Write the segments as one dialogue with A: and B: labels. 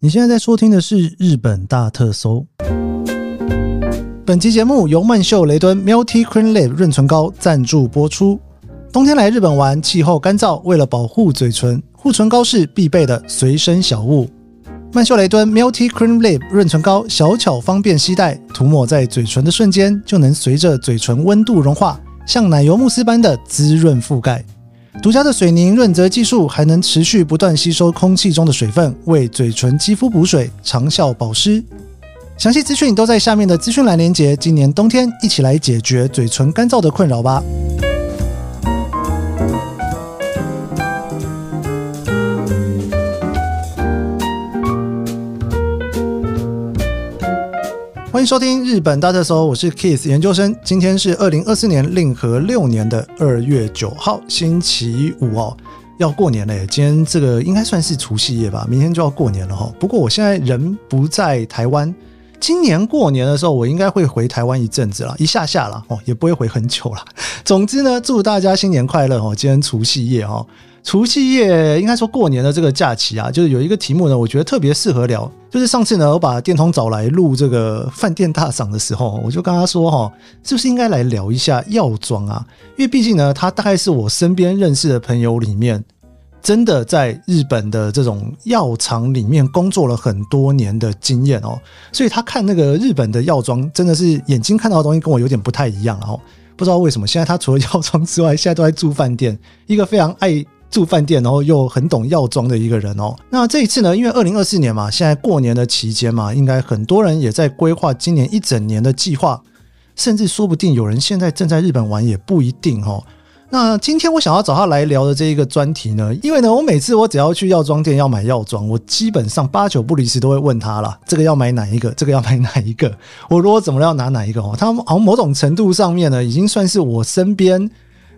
A: 你现在在收听的是《日本大特搜》。本期节目由曼秀雷敦 Multi Cream Lab 润唇膏赞助播出。冬天来日本玩，气候干燥，为了保护嘴唇，护唇膏是必备的随身小物。曼秀雷敦 Multi Cream Lab 润唇膏小巧方便携带，涂抹在嘴唇的瞬间就能随着嘴唇温度融化，像奶油慕斯般的滋润覆盖。独家的水凝润泽技术还能持续不断吸收空气中的水分，为嘴唇肌肤补水，长效保湿。详细资讯都在下面的资讯栏连接。今年冬天，一起来解决嘴唇干燥的困扰吧。欢迎收听《日本大特搜》，我是 Kiss 研究生。今天是二零二四年令和六年的二月九号，星期五哦，要过年了耶。今天这个应该算是除夕夜吧，明天就要过年了哈、哦。不过我现在人不在台湾，今年过年的时候我应该会回台湾一阵子啦，一下下啦哦，也不会回很久啦。总之呢，祝大家新年快乐哦！今天除夕夜哦，除夕夜应该说过年的这个假期啊，就是有一个题目呢，我觉得特别适合聊。就是上次呢，我把电通找来录这个饭店大赏的时候，我就跟他说哈、哦，是不是应该来聊一下药妆啊？因为毕竟呢，他大概是我身边认识的朋友里面，真的在日本的这种药厂里面工作了很多年的经验哦，所以他看那个日本的药妆，真的是眼睛看到的东西跟我有点不太一样了哦。不知道为什么，现在他除了药妆之外，现在都在住饭店。一个非常爱住饭店，然后又很懂药妆的一个人哦。那这一次呢，因为二零二四年嘛，现在过年的期间嘛，应该很多人也在规划今年一整年的计划，甚至说不定有人现在正在日本玩也不一定哦。那今天我想要找他来聊的这一个专题呢，因为呢，我每次我只要去药妆店要买药妆，我基本上八九不离十都会问他啦，这个要买哪一个，这个要买哪一个， 我如果怎么了要拿哪一个哦，他好像某种程度上面呢，已经算是我身边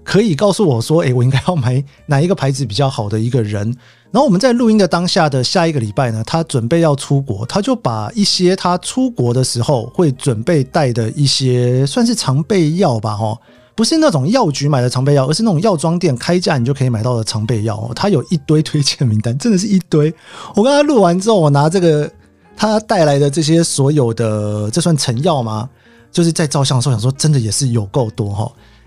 A: 可以告诉我说，诶，我应该要买 哪一个牌子比较好的一个人。然后我们在录音的当下的下一个礼拜呢，他准备要出国，他就把一些他出国的时候会准备带的一些算是常备药吧，哦。不是那种药局买的常备药，而是那种药妆店开价你就可以买到的常备药、哦。它有一堆推荐名单，真的是一堆。我跟他录完之后，我拿这个他带来的这些所有的，这算成药吗？就是在照相的时候想说，真的也是有够多哈、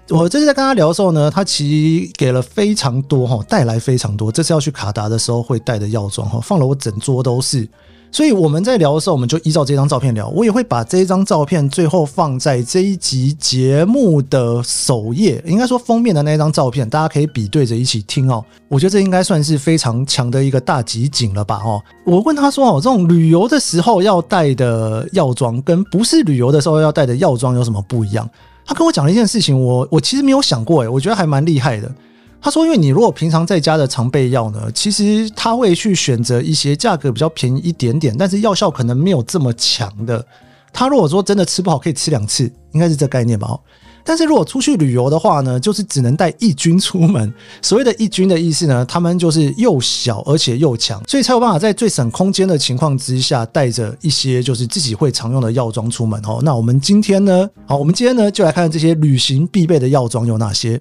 A: 哦。我这次在跟他聊的时候呢，他其实给了非常多哈、哦，带来非常多。这次要去卡达的时候会带的药妆哈，放了我整桌都是。所以我们在聊的时候，我们就依照这张照片聊。我也会把这一张照片最后放在这一集节目的首页，应该说封面的那一张照片，大家可以比对着一起听哦。我觉得这应该算是非常强的一个大集锦了吧？哦，我问他说哦，这种旅游的时候要带的药妆跟不是旅游的时候要带的药妆有什么不一样？他跟我讲了一件事情，我我其实没有想过诶，哎我觉得还蛮厉害的。他说：“因为你如果平常在家的常备药呢，其实他会去选择一些价格比较便宜一点点，但是药效可能没有这么强的。他如果说真的吃不好，可以吃两次，应该是这概念吧。哦但是如果出去旅游的话呢，就是只能带一军出门。 所谓的一军的意思呢，他们就是又小而且又强，所以才有办法在最省空间的情况之下，带着一些就是自己会常用的药妆出门哦。那我们今天呢，好，我们今天呢就来看这些旅行必备的药妆有哪些。”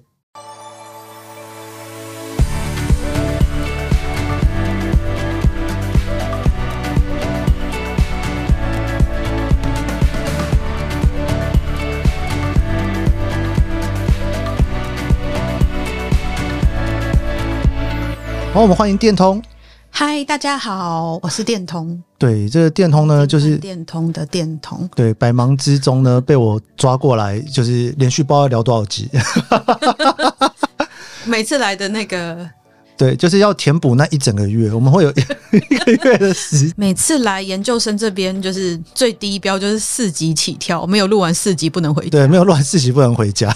A: 好，我们欢迎电通。
B: 嗨，大家好，我是电通。
A: 对，这个电通呢，就是
B: 电通的电通。
A: 对百忙之中呢，被我抓过来，就是连续不知道聊多少集。
B: 每次来的那个，
A: 对，就是要填补那一整个月，我们会有一个月的时。
B: 每次来研究生这边，就是最低标就是四级起跳，没有录完四级不能回家。
A: 对，没有乱四集不能回家，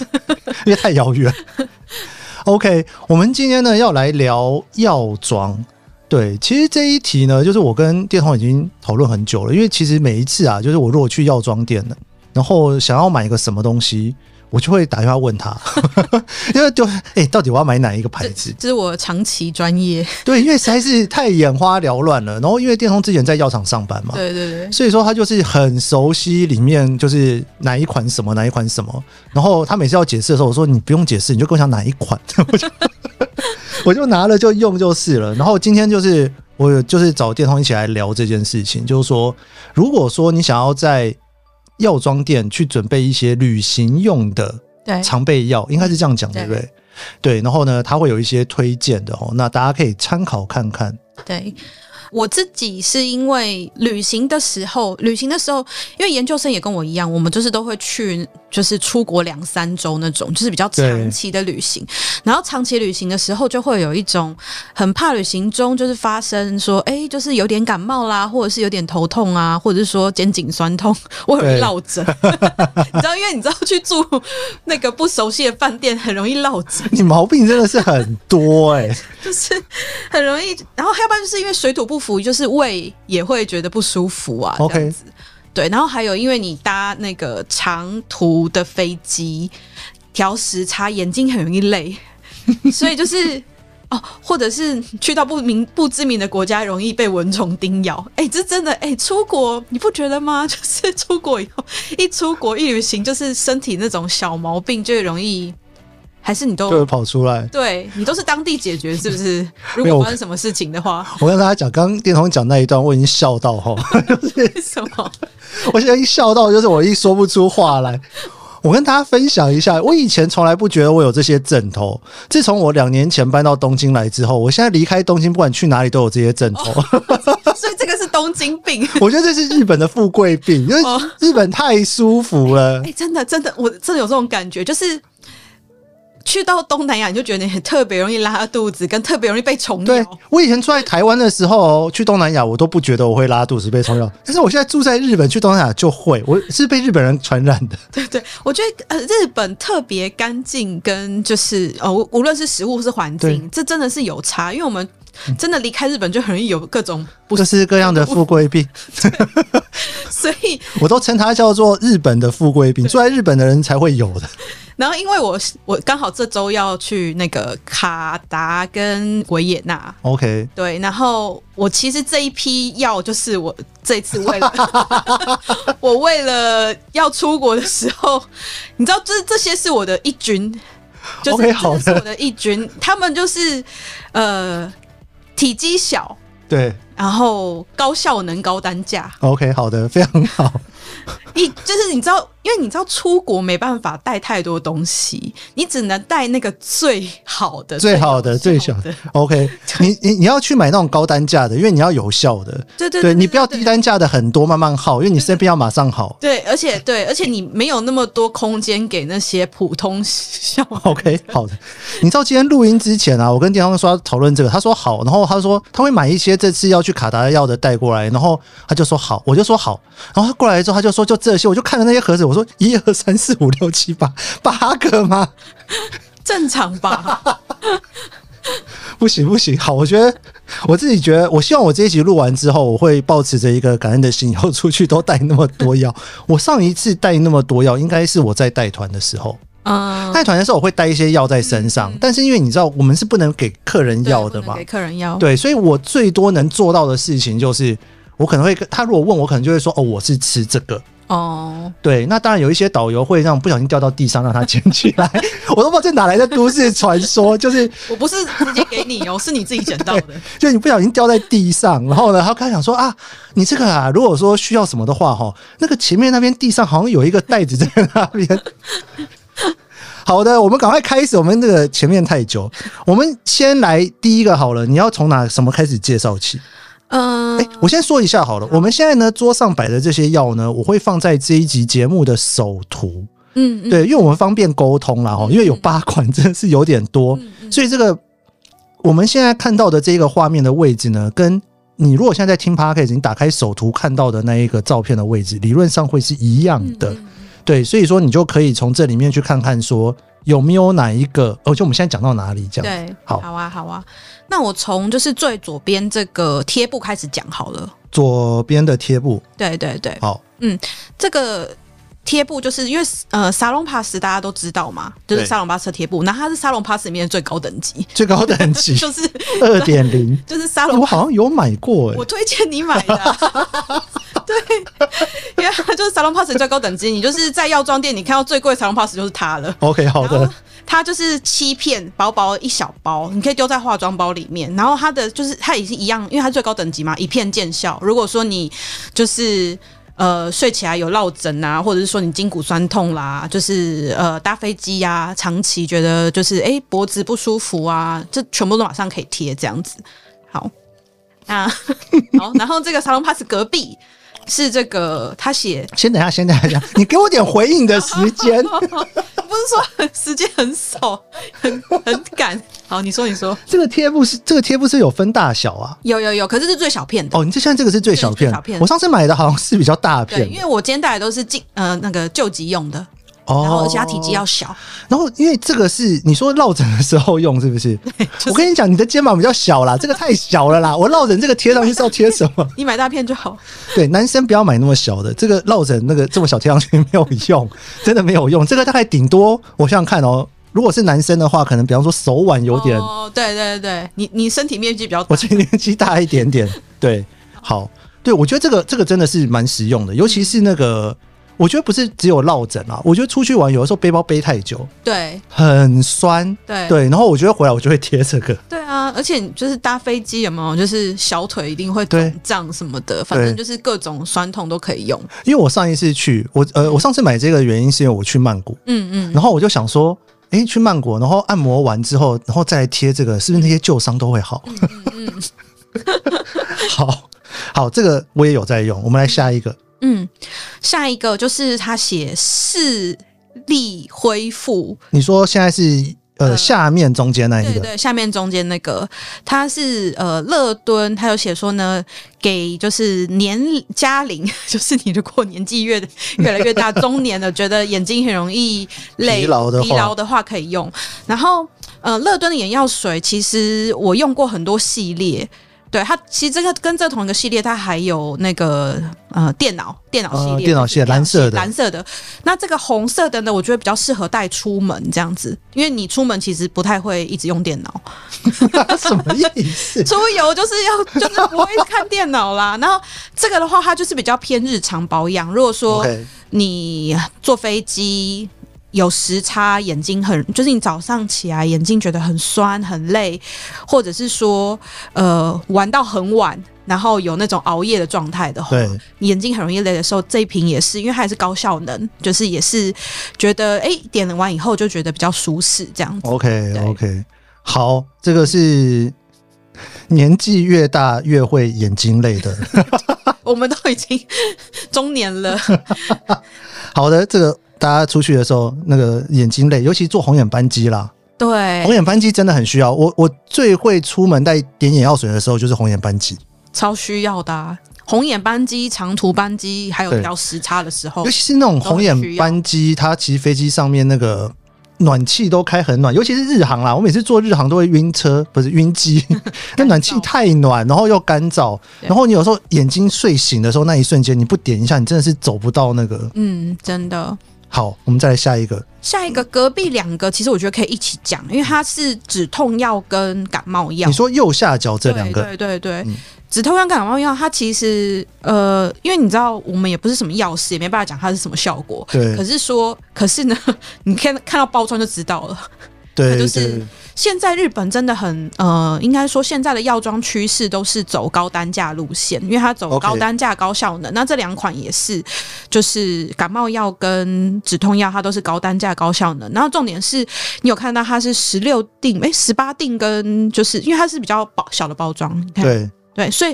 A: 因为太遥远。OK，我们今天呢要来聊药妆。对，其实这一题呢，就是我跟电通已经讨论很久了，因为其实每一次啊，就是我如果去药妆店了，然后想要买一个什么东西，我就会打电话问他， 因为就哎、欸，到底我要买哪一个牌子？
B: 这是我长期专业。
A: 对，因为实在是太眼花缭乱了。然后因为电通之前在药厂上班嘛，
B: 对对对，
A: 所以说他就是很熟悉里面就是哪一款什么哪一款什么，然后他每次要解释的时候，我说你不用解释，你就 跟我讲哪一款，我就我就拿了就用就是了。然后今天就是。我有就是找店通一起来聊这件事情，就是说，如果说你想要在药妆店去准备一些旅行用的
B: 对，
A: 常备药，应该是这样讲，对不对？对，然后呢，它会有一些推荐的哦，那大家可以参考看 看。
B: 对。我自己是因为旅行的时候，旅行的时候，因为研究生也跟我一样，我们就是都会去，就是出国两三周那种，就是比较
A: 对
B: 长期的旅行。然后长期旅行的时候，就会有一种很怕旅行中就是发生说，哎，就是有点感冒啦，或者是有点头痛啊，或者是说肩颈酸痛， 我很容
A: 对
B: 易落枕。 你知道，因为你知道去住那个不熟悉的饭店，很容易落枕。
A: 你毛病真的是很多哎、
B: 就是很容易，然后要不然就是因为水土不服，就是胃也会觉得不舒服啊。这
A: OK，
B: 样子对，然后还有因为你搭那个长途的飞机，调时差，眼睛很容易累， 所以就是。哦，或者是去到不明不知名的国家，容易被蚊虫叮咬。哎、这真的哎、出国你不觉得吗？ 就是出国以后，一出国一旅行，就是身体那种小毛病就容易，还是你都
A: 就会跑出来。
B: 对你都是当地解决是不 是？如
A: 没有
B: 果
A: 我
B: 发生什么事情 的话，
A: 我跟大家讲，刚刚电通讲那一段，我已经笑到哈，
B: 为什么？
A: 我现在一笑到就是我一说不出话来。我跟大家分享一下，我以前从来不觉得我有这些枕头。自从我两年前搬到东京来之后，我现在离开东京，不管去哪里都有这些枕头。
B: 哦所以这个是东京病。
A: 我觉得这是日本的富贵病，因为
B: 哦
A: 日本太舒服了
B: 哎、。真的，真的，我真的有这种感觉，就是去到东南亚，你就觉得你很特别容易拉肚子，跟特别容易被虫
A: 对
B: 咬。
A: 我以前住在台湾的时候，去东南亚我都不觉得我会拉肚子被虫咬，但是我现在住在日本，去东南亚就会，我是被日本人传染的。
B: 对对，我觉得呃，日本特别干净，跟就是呃，无无论是食物或是环境，这真的是有差，因为我们。
A: 嗯
B: 真的离开日本就很容易有各种 不
A: 各
B: 适，
A: 式各样的富贵病，
B: 所以
A: 我都称它叫做日本的富贵病，住在日本的人才会有的。
B: 然后因为我我刚好这周要去那个卡达跟维也纳，
A: OK，
B: 对，然后我其实这一批药就是我这次为了 我为了要出国的时候，你知道这这些是我的一军，就是
A: OK，好的
B: 这是我的一军，他们就是呃体积小，
A: 对
B: 然后高效能高单价，
A: ，OK，好的，非常 好。
B: 一就是你知道，因为你知道出国没办法带太多东西，你只能带那个最好的、
A: 最好的、最
B: 有
A: 小
B: 效
A: 的。OK，你你你要去买那种高单价的，因为你要有效的。
B: 对对
A: 对你不要低单价的很多，慢慢耗，因为你身边要马上好。
B: 对，而且对，而且你没有那么多空间给那些普通小
A: OK，好的。你知道今天录音之前啊，我跟电商说讨论这个，他说好，然后他说他会买一些这次要去卡达要的带过来，然后他就说好，我就说好，然后他过来之后他就说就这些，我就看了那些盒子，我说一二三四五六七八八个吗？
B: 正常 吧？
A: 不行不行，好，我觉得我自己觉得，我希望我这一集录完之后，我会保持着一个感恩的心，以后出去都带那么多药。 我上一次带那么多药，应该是我在带团的时候。
B: 嗯，
A: 带团的时候我会带一些药在身上，但是因为你知道，我们是不能给客人
B: 对
A: 要
B: 不
A: 的
B: 能
A: 嘛
B: 给，哦客人要。
A: 对，所以我最多能做到的事情就是，我可能会跟他如果问我，可能就会说哦，我是吃这个。
B: 哦，
A: 对，那当然有一些导游会让不小心掉到地上，让他捡起来。 我都不知道这哪来的都市传说，就是
B: 我不是直接给你哦，是你自己捡到的。
A: 就你不小心掉在地上，然后呢，他刚想说啊，你这个啊，如果说需要什么的话，哈，那个前面那边地上好像有一个袋子在那边。 好的，我们赶快开始，我们这个前面太久，我们先来第一个好了。你要从哪什么开始介绍起？
B: 嗯
A: 哎、，我先说一下好了，我们现在呢桌上摆的这些药呢，我会放在这一集节目的首图。
B: 嗯嗯
A: 对，因为我们方便沟通啦，哦，因为有八款真的是有点多，
B: 嗯
A: 所以这个我们现在看到的这个画面的位置呢，跟你如果现在在听 podcast，你打开首图看到的那一个照片的位置，理论上会是一样
B: 嗯
A: 的。
B: 嗯
A: 对，所以说你就可以从这里面去看看说有没有哪一个，哦，就我们现在讲到哪里这样。
B: 对，
A: 好
B: 好啊，好啊。那我从就是最左边这个贴布开始讲好了。
A: 左边的贴布，哦
B: 对对对，
A: 好，
B: 这个贴布就是因为呃沙龙 pass 大家都知道嘛，就是
A: 对
B: 沙龙 pass 的贴布，然后它是沙龙 pass 里面的最高等级，
A: 最高等级
B: 就是
A: 二点 零，
B: 就是沙龙
A: 我好像有买过、欸，
B: 我推荐你买的啊、对，因为它就是 salon pass 最高等级，你就是在药妆店你看到最贵的 salon pass 就是它了。
A: OK，好
B: 然
A: 的
B: 后，它就是七片，薄薄一小包，你可以丢在化妆包里面。然后它的就是它也是一样，因为它最高等级嘛，一片见效。如果说你就是呃睡起来有落枕啊，或者是说你筋骨酸痛啦，就是呃搭飞机呀、长期觉得就是诶脖子不舒服啊，这全部都马上可以贴这样子。好，那好，然后这个沙龙 pass 隔壁是这个他写
A: 先等一下，先等一下，你给我点回应的时间。
B: 不是说很时间很少，很很赶。好，你说你说，
A: 这个贴布是这个贴布是有分大小啊？
B: 有有有，可是是最小片的。
A: 哦，你这现在这个是最小片
B: 这是最小，片
A: 我上次买的好像是比较大
B: 对，
A: 片
B: 因
A: 的
B: 为我今天带的都是进呃那个救急用的，然后而且它体积要啊小，
A: 哦然后因为这个是你说落枕的时候用，是不 是？我跟你讲，你的肩膀比较小啦，这个太小了啦。我落枕这个贴上去是要贴什么？
B: 你买大片就好。
A: 对，男生不要买那么小的，这个落枕那个这么小贴上去没有用，真的没有用。这个大概顶多我想想看哦，如果是男生的话，可能比方说手腕有点，
B: 哦，对对对，你你身体面积比较
A: 我
B: 大，
A: 这个年纪大一点 点。对，好，对我觉得这个这个真的是蛮实用的，尤其是那个，我觉得不是只有落枕啊，我觉得出去玩有的时候背包背太久
B: 对
A: 很酸，
B: 对
A: 对，然后我觉得回来我就会贴这个。
B: 对啊！而且你就是搭飞机有没有，就是小腿一定会
A: 对
B: 肿胀什么的，反正就是各种酸痛都可以用。
A: 因为我上一次去，我呃，我上次买这个的原因是因为我去曼谷，
B: 嗯嗯，
A: 然后我就想说，诶，去曼谷，然后按摩完之后，然后再来贴这个，是不是那些旧伤都会好？
B: 嗯
A: 好好，这个我也有在用。我们来下一个，
B: 嗯，下一个就是他写视力恢复，
A: 你说现在是呃
B: 呃
A: 下面中间那一
B: 对
A: 个，
B: 对，下面中间那个，他是呃乐敦，他有写说呢，给就是年嘉龄， 就是你如果年纪越越来 越大，中年了，觉得眼睛很容易累、
A: 疲劳的话
B: 疲劳的话可以用。然后呃，乐敦的眼药水其实我用过很多系列。对它其实这个跟这同一个系列，它还有那个呃电脑电脑系列，
A: 呃电脑系列
B: 就是
A: 蓝色的
B: 蓝色的。那这个红色的呢，我觉得比较适合带出门这样子，因为你出门其实不太会一直用电脑，
A: 什么意 思？
B: 出游就是 要就是不会看电脑啦。然后这个的话，它就是比较偏日常保养。如果说
A: OK
B: 你坐飞机。有时差，眼睛很就是你早上起来眼睛觉得很酸很累，或者是说呃玩到很晚，然后有那种熬夜的状态的话，
A: 对，
B: 眼睛很容易累的时候，这一瓶也是，因为它也是高效能，就是也是觉得哎、诶点了完以后就觉得比较舒适这样子。
A: OK OK，好，这个是年纪越大越会眼睛累的。
B: 我们都已经 中年了，
A: 好的，这个大家出去的时候那个眼睛累，尤其做红眼班机啦，红
B: 对，
A: 眼班机真的很需要。我我最会出门带点眼药水的时候就是红眼班机，
B: 超需要的啊、红眼班机、长途班机，还有
A: 对
B: 调时差的时候
A: 尤，其是那种红眼班机，它其实飞机上面那个暖气都开很暖，尤其是日航啦，我每次坐日航都会晕车，不是晕 机，那暖气太暖，然后又干燥，
B: 对
A: 然后你有时候眼睛睡醒的时候那一瞬间你不点一下，你真的是走不到那个。
B: 嗯，真的。
A: 好，我们再来下一个。
B: 下一个隔壁两个，其实我觉得可以一起讲，因为它是止痛药跟感冒药
A: 你。说右下角这两个，
B: 对对对对，
A: 嗯
B: 止痛药、感冒药，它其实呃，因为你知道我们也不是什么药师，也没办法讲它是什么效果。
A: 对
B: 可是说，可是呢， 你看看到包装就知道了。
A: 对
B: 就
A: 对
B: 是现在日本真的很呃，应该说现在的药妆趋势都是走高单价路线，因为它走
A: OK
B: 高单价、高效能。那这两款也是，就是感冒药跟止痛药，它都是高单价、高效能。然后重点是你有看到它是十六锭，哎，十八锭跟就是因为它是比较薄小的包装，你看
A: 对，
B: 对，所以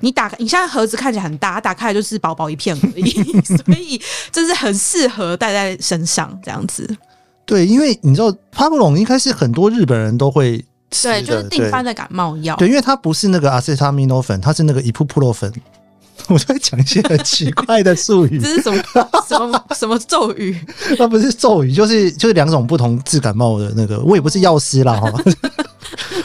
B: 你打开，你现在盒子看起来很大，打开来就是薄薄一片而 已，所以这是很适合带在身上这样子。
A: 对，因为你知道帕布隆应该是很多日本人都会吃的，
B: 对，就是定番的感冒药。
A: 对，因为它不是那个阿司他米诺粉，它是那个伊布布洛粉。 我在讲一些很奇怪的术语
B: 这，是什么什么什么咒语？
A: 它不是咒语，就是就是两种不同治感冒的那个。我也不是药师啦，哈，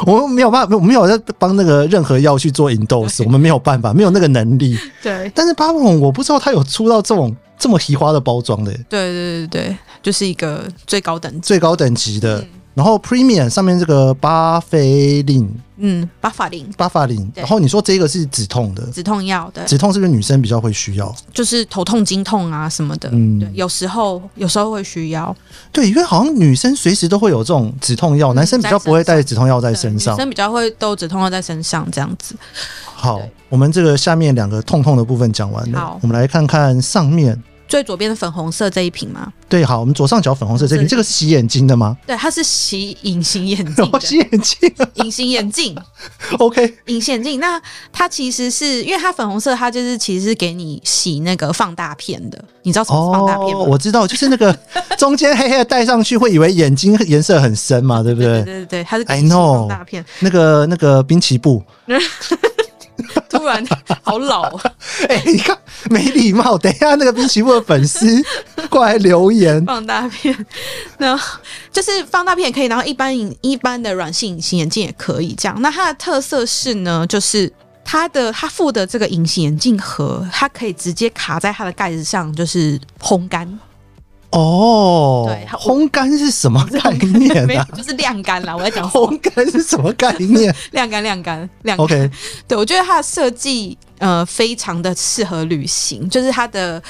A: 我们没有办法，我们没有在帮那个任何药去做 endorse，我们没有办法，没有那个能力。
B: 对
A: 但是巴布龙，我不知道它有出到这种这么奇花的包装的，
B: 对对对对，就是一个最高等级。
A: 最高等级的。然后 Premium 上面这个巴菲林
B: 嗯，巴法林
A: 巴法林，
B: 对
A: 然后你说这个是止痛的，
B: 止痛药，对，
A: 止痛是不是女生比较会需要？
B: 就是头痛、经痛啊什么的，
A: 嗯
B: 对，有时候有时候会需要，
A: 对，因为好像女生随时都会有这种止痛药，男生比较不会带止痛嗯药在
B: 对
A: 身上
B: 女。生比较会都止痛药在身上这样子。
A: 好
B: 对，
A: 我们这个下面两个痛痛的部分讲完了
B: 好，
A: 我们来看看上面。
B: 最左边的粉红色这一瓶吗？
A: 对，好，我们左上角粉红色这
B: 这
A: 瓶，
B: 里
A: 这个是洗眼睛的吗？
B: 对，它是洗隐形眼镜
A: 哦，
B: 的，
A: 洗眼睛
B: 隐形眼镜，
A: ，OK，
B: 隐形眼镜。那它其实是因为它粉红色，它就是其实是给你洗那个放大片的，你知道什么是放大片
A: 哦
B: 吗？
A: 我知道，就是那个中间黑黑的戴上去，会以为眼睛颜色很深嘛，对不
B: 对
A: 对？
B: 对对对，它是
A: I
B: 给你洗
A: know
B: 放大片。
A: 那个那个滨崎步，
B: 突然好老哦，
A: 哎、你看没礼貌， 等一下那个滨崎步的粉丝 过来留言，
B: 放大片，然后就是放大片也可以，然后一般隐一般的软性隐形眼镜也可以这样。那它的特色是呢，就是它的它附的这个隐形眼镜盒，它可以直接卡在它的盖子上，就是烘干，
A: 哦，
B: 对我
A: 烘干是什么 概念
B: 没有
A: 啊？
B: 就是晾干啦。我在讲什 么
A: 烘干是什么概 念
B: 晾干晾干晾干。
A: ？OK，
B: 对我觉得它的设计呃非常的适合旅行，就是它的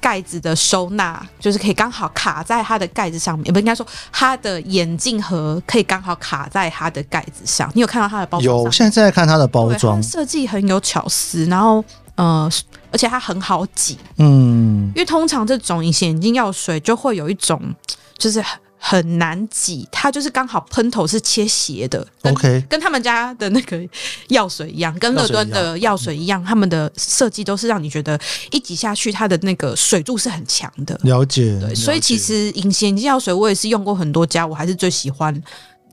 B: 盖子的收纳，就是可以刚好卡在它的盖子上面，也呃不应该说它的眼镜盒可以刚好卡在它的盖子上。你有看到它的包装
A: 有，
B: 上
A: 我
B: 面
A: 现在正在看它的包
B: 对它
A: 装
B: 的，设计很有巧思，然后呃，而且它很好挤，
A: 嗯，
B: 因为通常这种隐形眼镜药水就会有一种就是很很难挤，它就是刚好喷头是切斜的跟
A: OK
B: 跟他们家的那个药水一样，跟乐敦的药水一样，他们的设计都是让你觉得一挤下去它的那个水柱是很强的。
A: 了解。
B: 对，所以
A: 嗯了解
B: 其实隐形眼镜药水我也是用过很多家，我还是最喜欢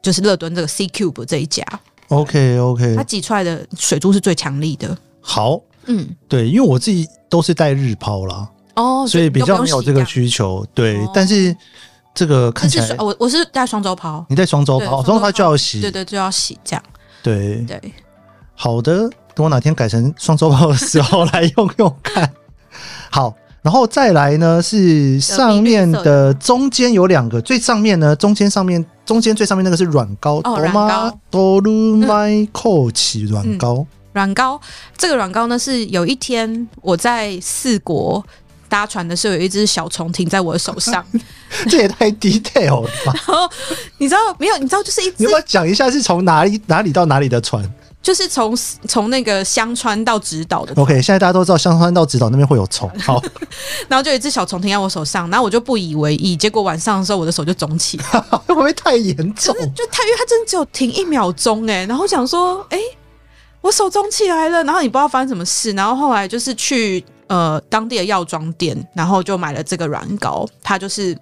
B: 就是乐敦这个 C Cube 这一家，
A: OK
B: 它
A: OK
B: 挤出来的水柱是最强力的。
A: 好，
B: 嗯，
A: 对，因为我自己都是戴日抛啦，
B: 哦，
A: 所以比较没有这个
B: 区。
A: 需求。对
B: 哦，
A: 但是这个看
B: 但
A: 起
B: 是
A: 来
B: 双我我是戴双周抛，
A: 你戴双周
B: 对
A: 抛，双
B: 双
A: 周
B: 周
A: 抛就
B: 抛
A: 要洗。
B: 对对，就要洗这样。
A: 对
B: 对，
A: 好的，等我哪天改成双周抛的时候来用用看。 好，然后再来呢是上面
B: 有冰
A: 的中间有两个，最上面呢中间上面中间最上面那个是软膏，
B: 哦软膏嗯
A: 哆噜麦蔻奇软膏，
B: 软膏这个软膏呢，是有一天我在四国搭船的时候，有一只小虫停在我的手 上，
A: 这也太 detail 了 吧？
B: 然后你知道没有？你知道就是一
A: 你
B: 只
A: 要不要讲一下是从哪里哪里到哪里的船
B: 就是从从那个香川到直岛的，
A: ？OK，现在大家都知道香川到直岛那边会有 虫，好，
B: 然后就有一只小虫停在我手上，然后我就不以为意，结果晚上的时候我的手就肿起来，
A: 会不会太严重？
B: 就它因为它真的只有停一秒钟哎、然后我想说哎、我手肿起来了，然后你不知道发生什么事，然后后来就是去呃当地的药妆店，然后就买了这个软膏，它就是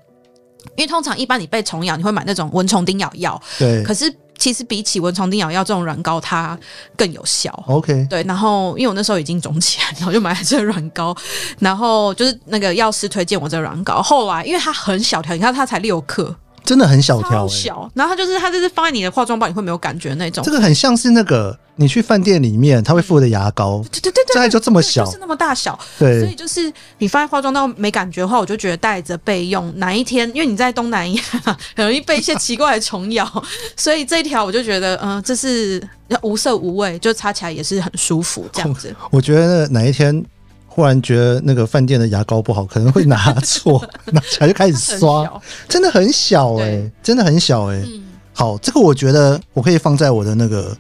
B: 因为通常一般你被虫咬，你会买那种蚊虫叮咬药，
A: 对
B: 可是其实比起蚊虫叮咬药这种软膏，它更有效。
A: ，OK，
B: 对，然后因为我那时候已经肿起来，然后就买了这个软膏，然后就是那个药师推荐我这个软膏。后来因为它很小条，你看它才六克，
A: 真的很小条、
B: 超
A: 欸，
B: 小，然后它就是它就是放在你的化妆包，你会没有感觉的那种
A: 这。个很像是那个你去饭店里面他会附的牙膏，
B: 对对对对，
A: 大概就这么
B: 对
A: 小
B: 就是那么大小。所以
A: 对，
B: 就是你放在化妆到没感觉的话，我就觉得带着备用。哪一天，因为你在东南亚 很容易被一些奇怪的虫咬， 所以这一条我就觉得，嗯、这是无色无味，就擦起来也是很舒服这样子。
A: 我觉得哪一天忽然觉得那个饭店的牙膏不好，可能会拿 错，拿起来就开始
B: 很
A: 刷，
B: 小，
A: 真的很小哎、
B: 对
A: 真的很小哎、
B: 嗯，
A: 好，这个我觉得我可以放在我的那个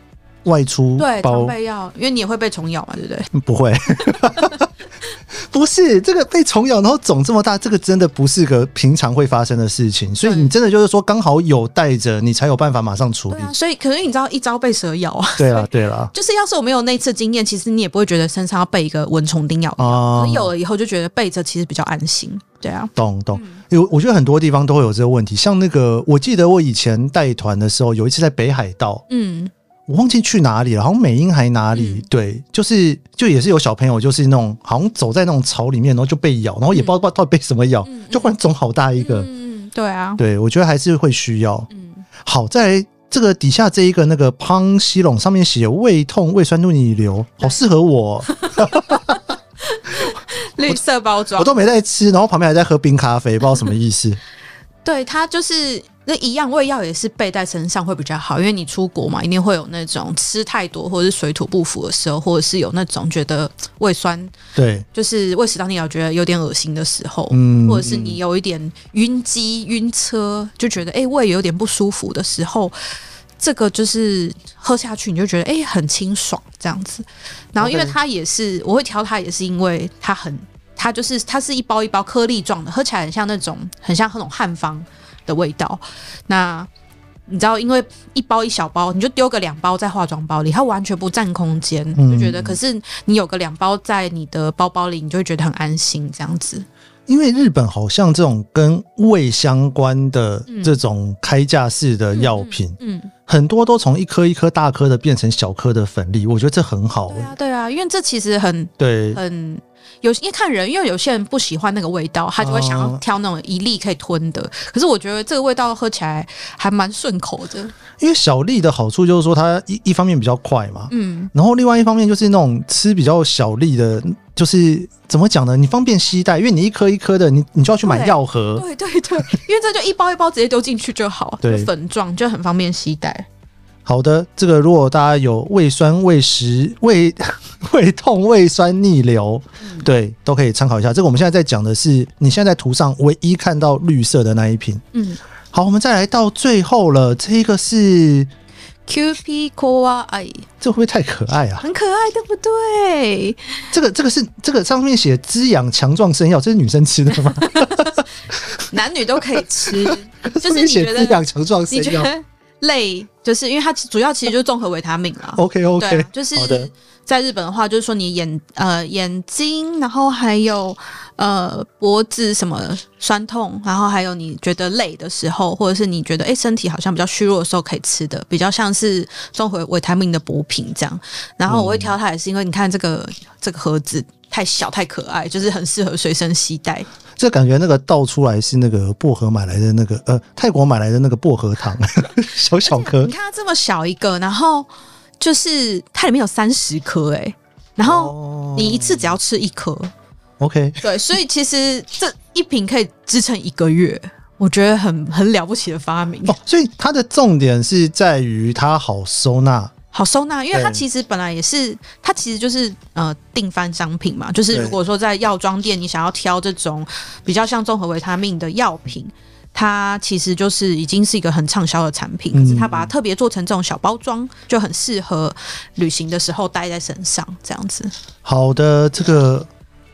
A: 外出
B: 对，常
A: 包，
B: 备药，因为你也会被虫咬嘛，对不对？
A: 嗯不会。 不是这个被虫咬，然后肿这么大，这个真的不是个平常会发生的事情，所以
B: 对
A: 你真的就是说刚好有带着，你才有办法马上处
B: 对
A: 理。
B: 啊，所以可是你知道一朝被蛇咬啊，
A: 对啦，对啦，
B: 就是要是我没有那次经验，其实你也不会觉得身上要备一个蚊虫叮咬。
A: 啊
B: 可，有了以后就觉得备着其实比较安心，对啊，
A: 懂懂。有，我觉得很多地方都会有这个问题，像那个，我记得我以前带团的时候，有一次在北海道，
B: 嗯，
A: 我忘记去哪里了，好像美英还哪里，
B: 嗯
A: 对，就是就也是有小朋友，就是那种好像走在那种草里面，然后就被咬，然后也不知道到底被什么咬，
B: 嗯嗯
A: 就忽然肿好大一个。
B: 嗯，对啊，
A: 对，我觉得还是会需要。
B: 嗯。
A: 好，再来这个底下这一个那个康熙隆上面写胃痛、胃酸、逆流，好适合我 哦，
B: 绿色包装
A: 我，都没在吃，然后旁边还在喝冰咖啡，不知道什么意思。
B: 对它就是那一样，胃药也是备在身上会比较好，因为你出国嘛，一定会有那种吃太多或者是水土不服的时候，或者是有那种觉得胃酸，
A: 对，
B: 就是胃食道逆流觉得有点恶心的时候。
A: 嗯，
B: 或者是你有一点晕机、晕车，就觉得哎、诶胃有点不舒服的时候，这个就是喝下去你就觉得哎、诶很清爽这样子。然后因为
A: OK
B: 它也是我会挑它，也是因为它很它就是它是一包一包颗粒状的，喝起来很像那种很像那种汉方的味道。那你知道，因为一包一小包，你就丢个两包在化妆包里，它完全不占空间，
A: 嗯
B: 就觉得。可是你有个两包在你的包包里，你就会觉得很安心，这样子。
A: 因为日本好像这种跟胃相关的这种开架式的药品，
B: 嗯，
A: 很多都从一颗一颗大颗的变成小颗的粉粒，我觉得这很好。
B: 对啊，对啊，因为这其实很
A: 对
B: 很有，因为看人，因为有些人不喜欢那个味道，他就会想要
A: 哦
B: 挑那种一粒可以吞的。可是我觉得这个味道喝起来还蛮顺口的。
A: 因为小粒的好处就是说它一一方面比较快嘛，
B: 嗯，
A: 然后另外一方面就是那种吃比较小粒的，就是怎么讲呢？你方便携带，因为你一颗一颗的，你你就要去买
B: 对
A: 药盒。
B: 对对 对，因为这就一包一包直接丢进去就好，
A: 呃对
B: 就粉状就很方便携带。
A: 好的，这个如果大家有胃酸、胃食、胃 胃痛、胃酸逆流，
B: 嗯
A: 对，都可以参考一下。这个我们现在在讲的是你现在在图上唯一看到绿色的那一瓶。
B: 嗯
A: 好，我们再来到最后了，这一个是
B: ，Q P Koa I
A: 这会不会太可爱 啊？
B: 很可爱，对不对？
A: 这个这个是这个上面写滋养强壮生药，这是女生吃 的吗？
B: 男女都可以吃，就是
A: 上面
B: 你
A: 写
B: 觉
A: 滋
B: 得
A: 养强壮
B: 你
A: 生
B: 觉
A: 药。
B: 得累，就是因为它主要其实就是综合维他命啦。
A: OK
B: 对
A: OK，、
B: 啊，就是
A: 好的
B: 在日本的话，就是说你眼呃眼睛，然后还有呃脖子什么酸痛，然后还有你觉得累的时候，或者是你觉得诶身体好像比较虚弱的时候可以吃的，比较像是综合维他命的补品这样。然后我
A: 嗯
B: 会挑它，也是因为你看这个这个盒子太小太可爱，就是很适合随身携带。
A: 这感觉那个倒出来是那个薄荷买来的那个呃泰国买来的那个薄荷糖， 小小颗
B: 你。看它这么小一个，然后就是它里面有三十颗诶，然后
A: 哦
B: 你一次只要吃一颗。
A: OK，
B: 对，所以其实这一瓶可以支撑一个月，我觉得很很了不起的发明，
A: 哦，所以它的重点是在于它好收纳。
B: 好收纳。因为它
A: 对
B: 其实本来也是，它其实就是呃定番商品嘛，就是
A: 对
B: 如果说在药妆店你想要挑这种比较像综合维他命的药品。它其实就是已经是一个很畅销的产品，可是它
A: 嗯
B: 把它特别做成这种小包装，就很适合旅行的时候带在身上这样子。
A: 好的，这个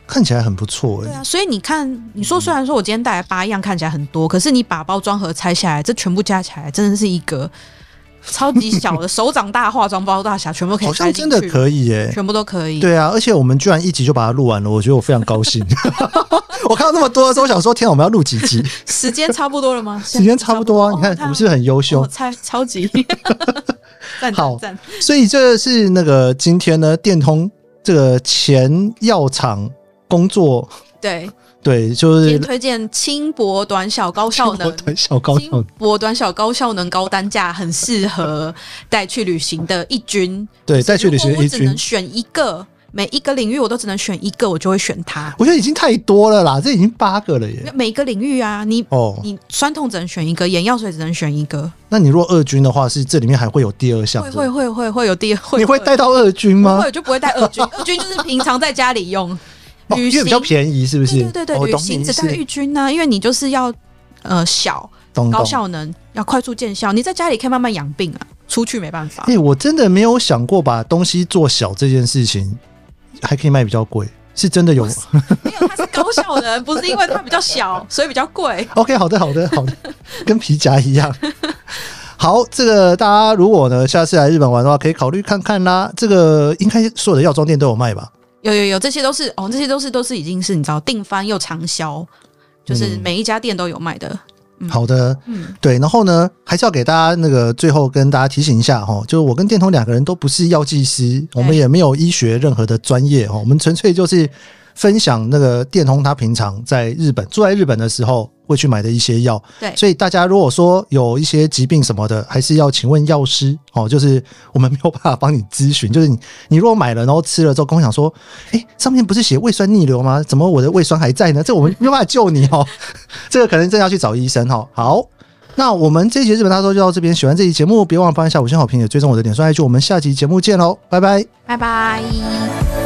A: 看起来很不错哎、
B: 对啊，所以你看，你说虽然说我今天带来八样看起来很多，可是你把包装盒拆下来，这全部加起来真的是一个超级小的手掌大化妆包大小，全部可以
A: 好像
B: 塞
A: 真
B: 进
A: 的
B: 去，
A: 可以哎、
B: 全部都可以。
A: 对啊，而且我们居然一集就把它录完了，我觉得我非常高兴。 我看到那么多的时候，我想说天啊，我们要录几集？
B: 时间差不多了吗？
A: 时间差不多啊，你看我们是不是很优秀
B: 我？猜超级 赞
A: 好
B: 赞赞，
A: 所以这是那个今天呢，电通这个前药厂工作，
B: 对，
A: 对，就
B: 今
A: 是
B: 天推荐轻薄短小高效能。
A: 短小高效
B: 轻薄短小高效能高单价，很适合带去旅行的一军
A: 对，再去旅行
B: 如果
A: 一
B: 我只
A: 群
B: 能，选一个，每一个领域我都只能选一个，我就会选它。
A: 我觉得已经太多了啦，这已经八个了耶。
B: 每一个领域啊，你、
A: 哦，
B: 你酸痛只能选一个，眼药水只能选一个，
A: 那你如果二军的话，是这里面还会有第二项
B: 会
A: 的，
B: 会会会会有第二，
A: 你会带到二军吗
B: 会？我就不会带二 军，二军就是平常在家里用，
A: 哦因
B: 旅
A: 为
B: 行
A: 比较便宜，是不是？
B: 对对对对，
A: 哦
B: 旅
A: 懂
B: 行
A: 你意
B: 只
A: 思
B: 带玉军呢、因为你就是要呃小
A: 懂
B: 高
A: 懂。
B: 效能，要快速见效，你在家里可以慢慢养 病啊，出去没办法。
A: 哎、我真的没有想过把东西做小这件事情，还可以卖比较贵，是真的有。
B: 没有，它是高效能，不是因为它比较小，所以比较贵。
A: OK，好的，好的，好的，跟皮夹一样。好，这个大家如果呢下次来日本玩的话，可以考虑看看啦。这个应该所有的药妆店都有卖吧？
B: 有有有，这些都是哦，这些都是都是已经是你知道定番又畅销，就是
A: 嗯
B: 每一家店都有卖的。嗯
A: 好的，
B: 嗯，
A: 对，然后呢，还是要给大家那个最后跟大家提醒一下哈，就是我跟电通两个人都不是药剂师，我们也没有医学任何的专业哈，我们纯粹就是分享那个电通他平常在日本住在日本的时候会去买的一些药。
B: 对
A: 所以大家如果说有一些疾病什么的，还是要请问药师哦。就是我们没有办法帮你咨询，就是你你如果买了然后吃了之后跟我讲说，哎、上面不是写胃酸逆流吗？怎么我的胃酸还在呢？这我们没有办法救你哦。这个可能真的要去找医生哈、哦。好，那我们这一节日本大说就到这边，喜欢这期节目别忘了帮一下五星好评，也追踪我的脸书 IG，我们下期节目见喽，拜拜。
B: 拜拜。